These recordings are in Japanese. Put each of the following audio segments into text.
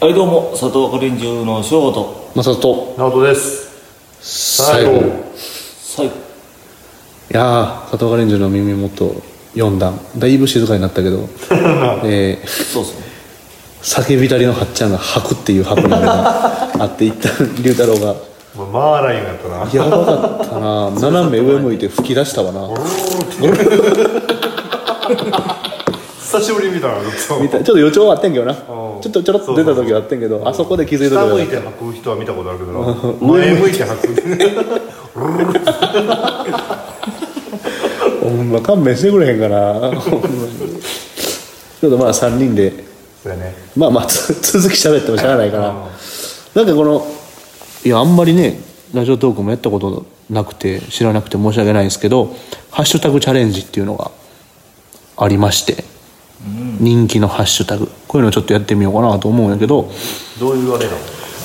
はいどうも佐藤赤レンジの翔吾とまさと直人です最後後い最後やー佐藤カレンジの耳元4段だいぶ静かになったけ ど、えーそうですね叫びたりのはっちゃんが吐くっていうハプニング があって一旦龍太郎がもうマーラインだったな やばかったな斜め上向いて吹き出したわな久しぶりに見たなずっとみたいちょっと予兆はあってんけどなちょっとちょろっと出た時はあってんけどあそこで気づいた下時向いはて履く人は見たことあるけどな前向いて履くほ んま勘弁してくれへんかなほ んまにちょっとまあ3人でそうやねまあまあつ 続き喋ってもしゃあないからなんかこのいやあんまりねラジオトークもやったことなくて知らなくて申し訳ないんですけど「ハッシュタグチャレンジ」っていうのがありまして、人気のハッシュタグこういうのちょっとやってみようかなと思うんやけど、どういうあれなの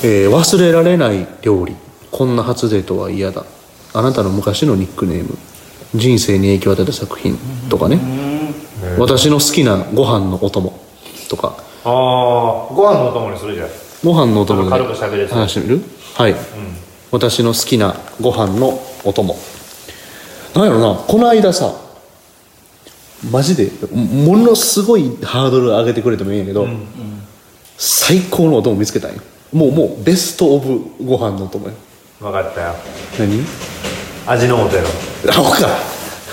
えー忘れられない料理こんな初デートは嫌だあなたの昔のニックネーム人生に影響を与えた作品とかね、私の好きなご飯のお供とかああご飯のお供にするじゃんご飯のお供で軽く喋れそう話してみるはい、私の好きなご飯のお供なんやろなこの間さマジでもものすごいハードル上げてくれてもいいんやけど、最高のお供見つけたんよもうもうベストオブご飯のお供よ分かったよ何味の素やろあほか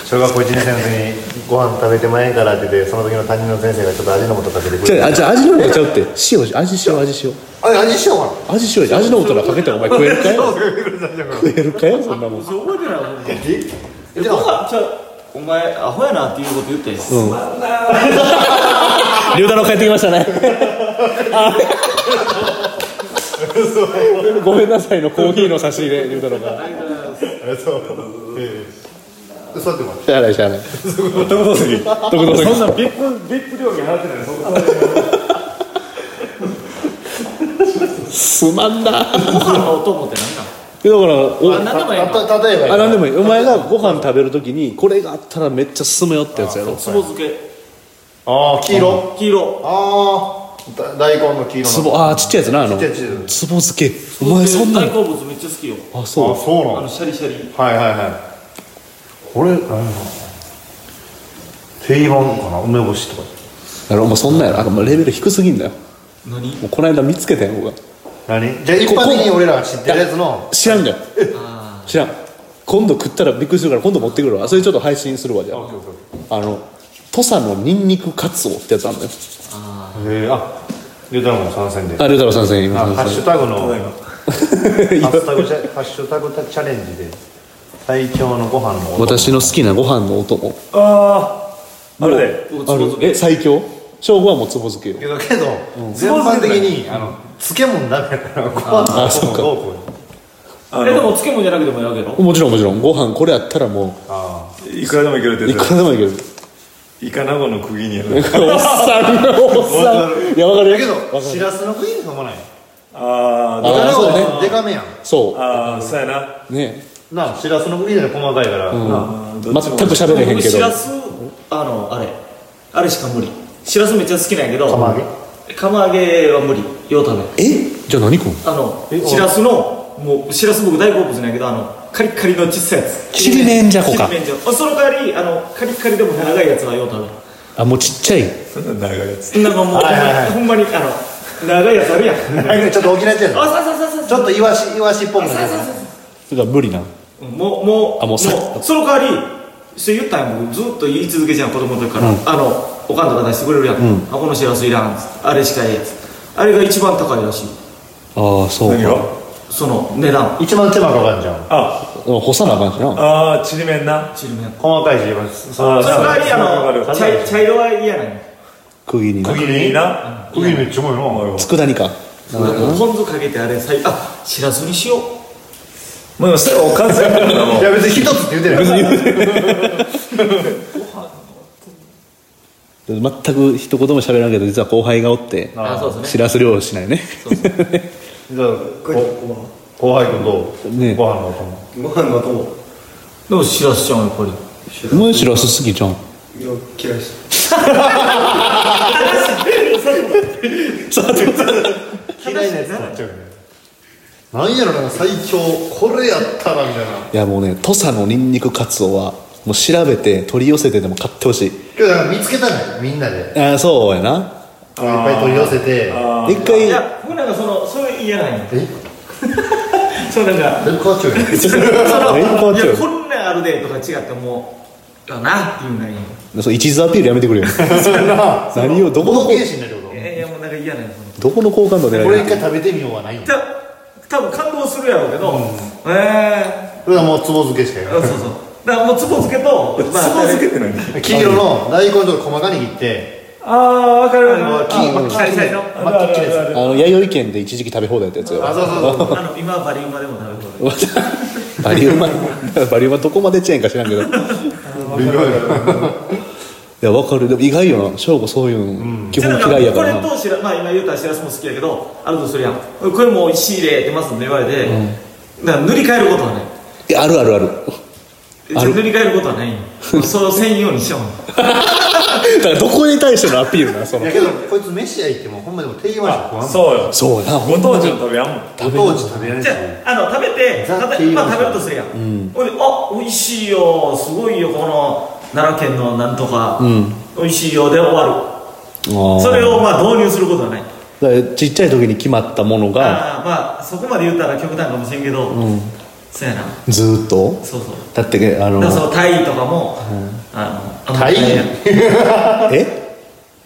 小学校1年生の時にご飯食べてもらえんからって言ってその時の担任の先生がちょっと味の素かけてくじれゃてあじゃあ味の素ちゃうって塩味塩味塩あれ味しようか味塩や味の素なんかかけたらお前食えるかよな そういうことだよこれ食えるかよそんなもんそう覚えてないほんまえでえでじもゃお前アホやなっていうこと言ったやつ、ん龍太郎帰ってきましたねあごめんなさいのコーヒーの差し入れ龍太郎がえそうええ座ってもらってしゃあないしゃあない特等席特等席そんなビップビップ料金払ってないすまんなご飯のお供ってだから何おなんなんでもいいのたた例えばいいあ何でもいいお前がご飯食べるときにこれがあったらめっちゃ進めよってやつやろつぼ漬けああ黄色黄色ああだ大根の黄色のつぼあーちっちゃいやつなあのちっちゃいちっちゃいやつつぼ漬けお前そんな大の好物めっちゃ好きよあそうそうあのシャリシャリはいはいはいこれあれな定番かな梅干しとかだからお前そんなんやろあのお前レベル低すぎんだよ何もうこの間見つけたよ僕が何じゃあ一般的に俺らが知ってるやつの知らんじゃん知らん今度食ったらびっくりするから今度持ってくるわそれちょっと配信するわじゃああの土佐のニンニクカツオってやつあんだよえー、あゆうたろも参戦でああれ太郎さん先生 今ハッシュタグのただいまハッシュタグチャハッシュタグチャレンジで最強のご飯のお供私の好きなご飯のお供ああれでつぼあ漬るけえ最強正午はもうつぼ漬けよけどけど、全般的にあの漬物だめだからご飯あのーそっかどうこうえでも漬物じゃなくてもやるけどもちろんもちろんご飯これやったらもあーいくらでもいけるってうい言ってくらでもいけるたイカナゴの釘にやるおっさんのおっさんいやわかるよだけどしらすのクイーンかもないああーそうねでかめやんーそあーそうやなうねなあしらすのクイーンより細かいから、なああーど全っくちも喋れへんけしどらすあのあれあれしか無理しらすめっちゃ好きなんやけど釜揚げ釜揚げは無理よう食べえじゃあ何くんあのえしらすのもうしらす僕大好物なんやけどあのカリッカリの小さいやつちりめんじゃこかちりめんじゃこあその代わりあのカリッカリでも長いやつはよう食べるあもうちっちゃいそんな長いやつなんかもうはいはいはいほんまにほんまにあの長いやつあるやんちょっと沖縄行ってんのあそうそうそうそうちょっとイワシイワシっぽくなあっそうてそうるそうそれが無理なのそうもうもうあもうさその代わりして言ったんやもうずっと言い続けちゃう子供の時から、あのおかんとか出してくれるやん、あこのしらすいらんっつってあれしかええやつあれが一番高いらしいああそう何かがその値段一番手間かかるじゃんあ干さなあかんしなあーちりめんなちりめん細かいしイワシあーその代わりあのわかる茶い茶色は嫌なんや釘にな釘になウニめっちゃうまいなお前は佃煮かポン酢かけてあれ最あしらすにしようもうでもそれおかずやからなもういや別に一つって言うてない全く一言も喋らんけど実は後輩がおってあそうですしねらす漁をしないねじゃあこ後輩君どう、ねご飯のお供ご飯の友でもしらすちゃんはやっぱりお前しらす好きじゃんいや嫌いです さて嫌いなやつ買っちゃうよねなんやろな最強これやったらみたいないやもうね土佐のニンニクカツオはもう調べて取り寄せてでも買ってほしい今日だから見つけたねみんなでいっああそうやなぱい取り寄せて一回 いや僕なんかそのそういう嫌なんよえ そうなんかどういうことよねそのえ変わっいちゃうやこんなんあるでとか違ってもうだなっていうのがいいよそう一途アピールやめてくれよそれな何をどこの物形心だってことえいやもうなんか嫌なんよそのどこの好感度狙これい一回食べてみようはないんだた多分感動するやろうけど、えそれはもうつぼ漬けしかえやー、そうそうだからもうつぼ漬けとつぼつけてなないい黄色の大根とか細かに切ってああわかるわかるあきまあシャリシャリの真っ黄色ですあの弥生県で一時期食べ放題やったやつよあそうそうそうあの今はバリウマでも食べる バリウマバリウマどこまでチェーンか知らんけどい微妙やなやわかるでも意外よな省吾そういうの基本嫌いやからこれなとしらまあ今言うたらしらすも好きやけどあるとするやんこれも美味しいでってますって言われて、だから塗り替えることはないいやあるあるあるある塗り替えることはないんよそう専用にしちゃうの だからどこに対してのアピールなそいのやけどこいつ飯屋行ってもほんまでも定番食わんあそうよそうやなほごん当地の食べやんもんご当地食べられじないゃああの食べてザただ定番まあ食べるとするやん、ほんであ美味しいよすごいよこの奈良県のなんとか、ん美味しいよで終わ るそそれをまあ導入することはないだからちっちゃい時に決まったものがああまあそこまで言ったら極端かもしれんけど、そうやなずーっとそうそうだってあだのからそのタイとかも、あのあんまタりイ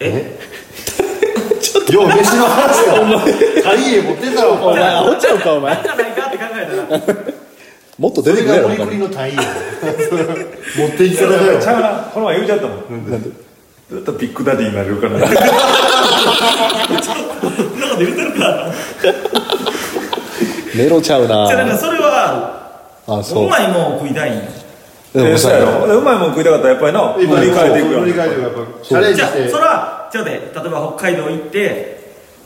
ええよう飯の話がタイへ持ってたらおお前前アホちゃうかお前なんかないかって考えたらもっとそ出てれくれがよゴリ他ゴリにのタイよ持っていき方だよちゃうなこの前言うちゃったもんずっとビッグダディになれるからなそんなこと言ってるかメロちゃうじゃあなんかなそれはあうそうまいもんを食いたいんよでえもそうやろさでうまいもん食いたかったらやっぱりな今塗り替えていくや塗んり替えていくやっぱチャレンジじゃあしそれてはちょっと待って例えば北海道行って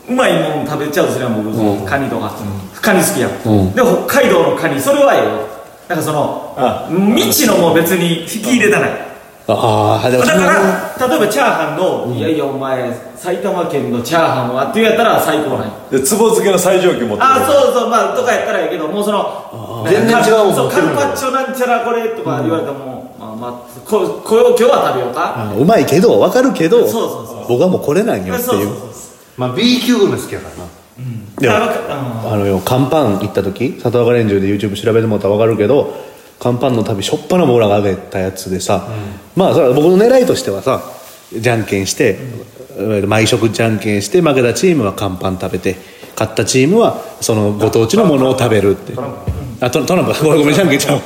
うまいもん食べちゃうとすれば僕、うんカニとか、カニ好きやん、うんで北海道のカニそれはええよなんかそのあ未知のも別に引き入れたない、ああでもだそかれはら例えばチャーハンの、いやいやお前埼玉県のチャーハンはっていうやったら最高なんよでつぼ漬けの最上級持ってああうそうそうまあとかやったらええけどもうその全然違うもんそう持ってカルるもんパッチョなんちゃらこれとか言われたらもう、まあまあここ今日は食べようか、あうまいけどわかるけどそうそうそう僕はもうこれなんよってそういそううそうまあ B 級グルメ好きや からなでもあわかうんあのよ乾パン行った時里赤連中で YouTube 調べてもらったらわかるけど乾パンの旅しょっぱな僕らが上げたやつでさ、まあそれは僕の狙いとしてはさじゃんけんして、毎食じゃんけんして負けたチームは乾パン食べて勝ったチームはそのご当地のものを食べるってあトトランプごめんごめんじゃんけんちゃうわ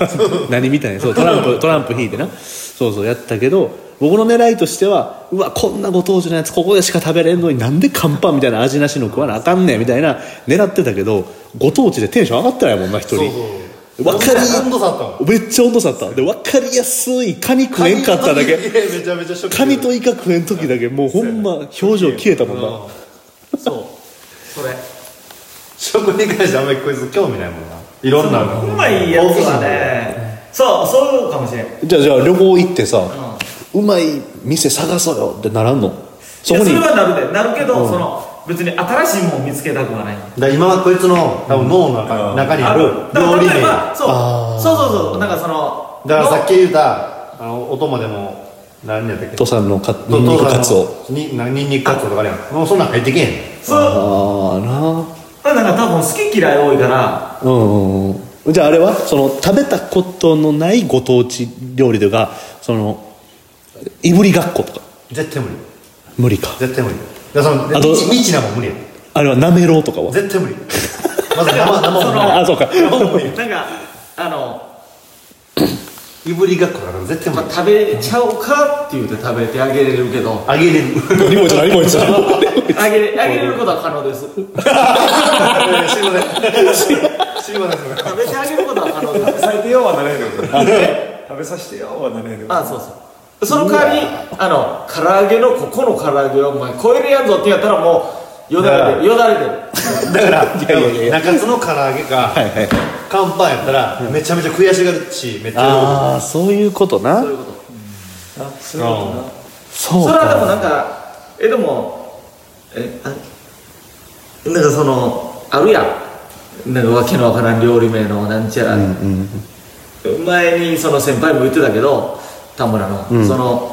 何みたいなそうトランプトランプ引いてなそうそうやったけど僕の狙いとしてはうわこんなご当地のやつここでしか食べれんのになんで乾パンみたいな味なしの食わなあかんねんみたいな狙ってたけどご当地でテンション上がってないもんな一人そうそうわかり温度差あったもめっちゃ温度差あったで分かりやすいカニ食えんかっただけいやめちゃめちゃショックカニとイカ食えん時だけもうほんま表情消えたもんなそうそれ食に関してあんまりこいつ興味ないもんないろんなうまいやつはねそうそうかもしれんじゃあじゃあ旅行行ってさ、うまい店探そうよってならんのそこいにやそれはなるでなるけど、その別に新しいもん見つけたくはないだから今はこいつの多分脳の中,、うん中にあるだから料理例え名ばそうあーそうそうそうなんかそのだからさっきき言うたあのお供でも何やったっけ土佐のかニンニクカツオになニンニクカツオとかあるやんもうそんなん入ってけへんそうああなんか多分好き嫌い多いからな うんうんうんじゃああれはその食べたことのないご当地料理というかそのいぶりがっことか絶対無理無理か絶対無理だからそのあと未知未知なもん無理やあれはなめろうとかは絶対無理まず生生もん無あそうかなんかあの、理いぶりがっこだから絶対無ま理あ、食べちゃおうかって言うて食べてあげれるけどあげれる何も言ってない何も言ってなあいげれあげれることは可能ですすいませんすいません食べてあげることは可能です食べされてようはなれへんけど ね食べさせてようはなれへんけどあそうそうその代わりあの唐揚げのここの唐揚げはお前超えるやんぞってやったらもうよだれでよだれでだからいやいやいや中津の唐揚げかはいはい乾パンやったらめちゃめちゃ悔しがるしめっちゃああそういうことなそういうことあそういうことなそうそれはでもかなんかえでもえあなんかそのあるやんなんかわけのわからん料理名のなんちゃら、前にその先輩も言ってたけど田村の、その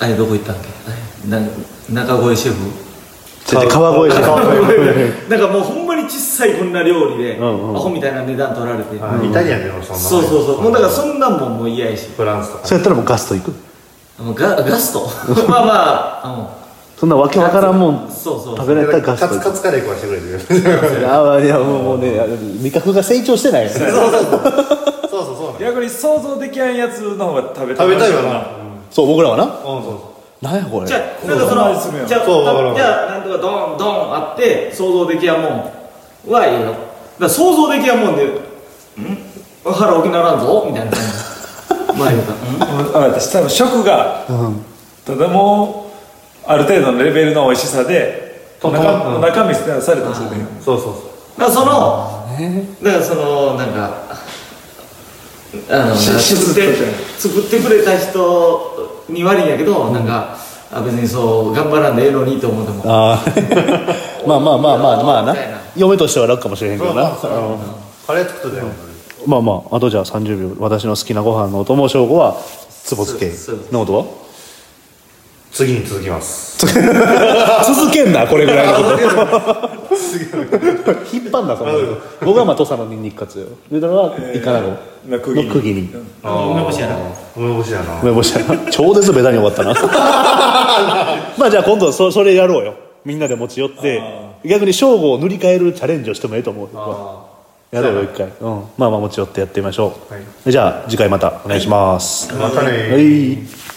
あれどこ行ったっけあれな中越シェフ ちょっと川越市なんかもうほんまに小さいこんな料理で、んうんアホみたいな値段取られて、あイタリアンでもそんなそうそうそうもうだかだらそんなんもんもう嫌やしフランスとかそうやったらもうガスト行くもうガガス トまあまあそんなわけわからんもんそうそう食べられたらガストカツ行カくツカレー食わしてくれてるああいやもうねあの味覚が成長してないよねそうそうそう逆に想像できないやつの方が食べた食べたいよよなうんそう僕らはなそうそなんやこうれんじゃあなんかそそうそうのじゃあそうわかるわかるじゃあなんとかドンドンあって想像できやもんはいいよだから想像できやもんで「ん腹起きならんぞ」みたいな感じまあ言うかん私多分食がただもうある程度のレベルの美味しさでお腹お腹見せされたんですよねうそうそうだからそのだからそのなんかあのし作っして作ってくれた人に悪いんやけど、なんかあ別にそう頑張らんでええのにと思ってもああ まあまあまあまあまあなみたいな嫁としては楽かもしれへんけそどうまなあそうカレー作ってたよまあまああとじゃあ30秒私の好きなご飯のお供証拠はつぼつけそうそうノートは次に続き ます続けんなこれぐらいのこと 引っ張んなその僕はまあ土佐のニンニクカツよ上田はいかなのまあ釘のに釘に梅干しやな梅干しやな梅干しやなちょうどですベタに終わったなまあじゃあ今度そそれやろうよみんなで持ち寄って逆に正吾を塗り替えるチャレンジをしてもいいと思うやろうよ一回、うん、まあまあ持ち寄ってやってみましょう、じゃあ次回またお願いします、またねはい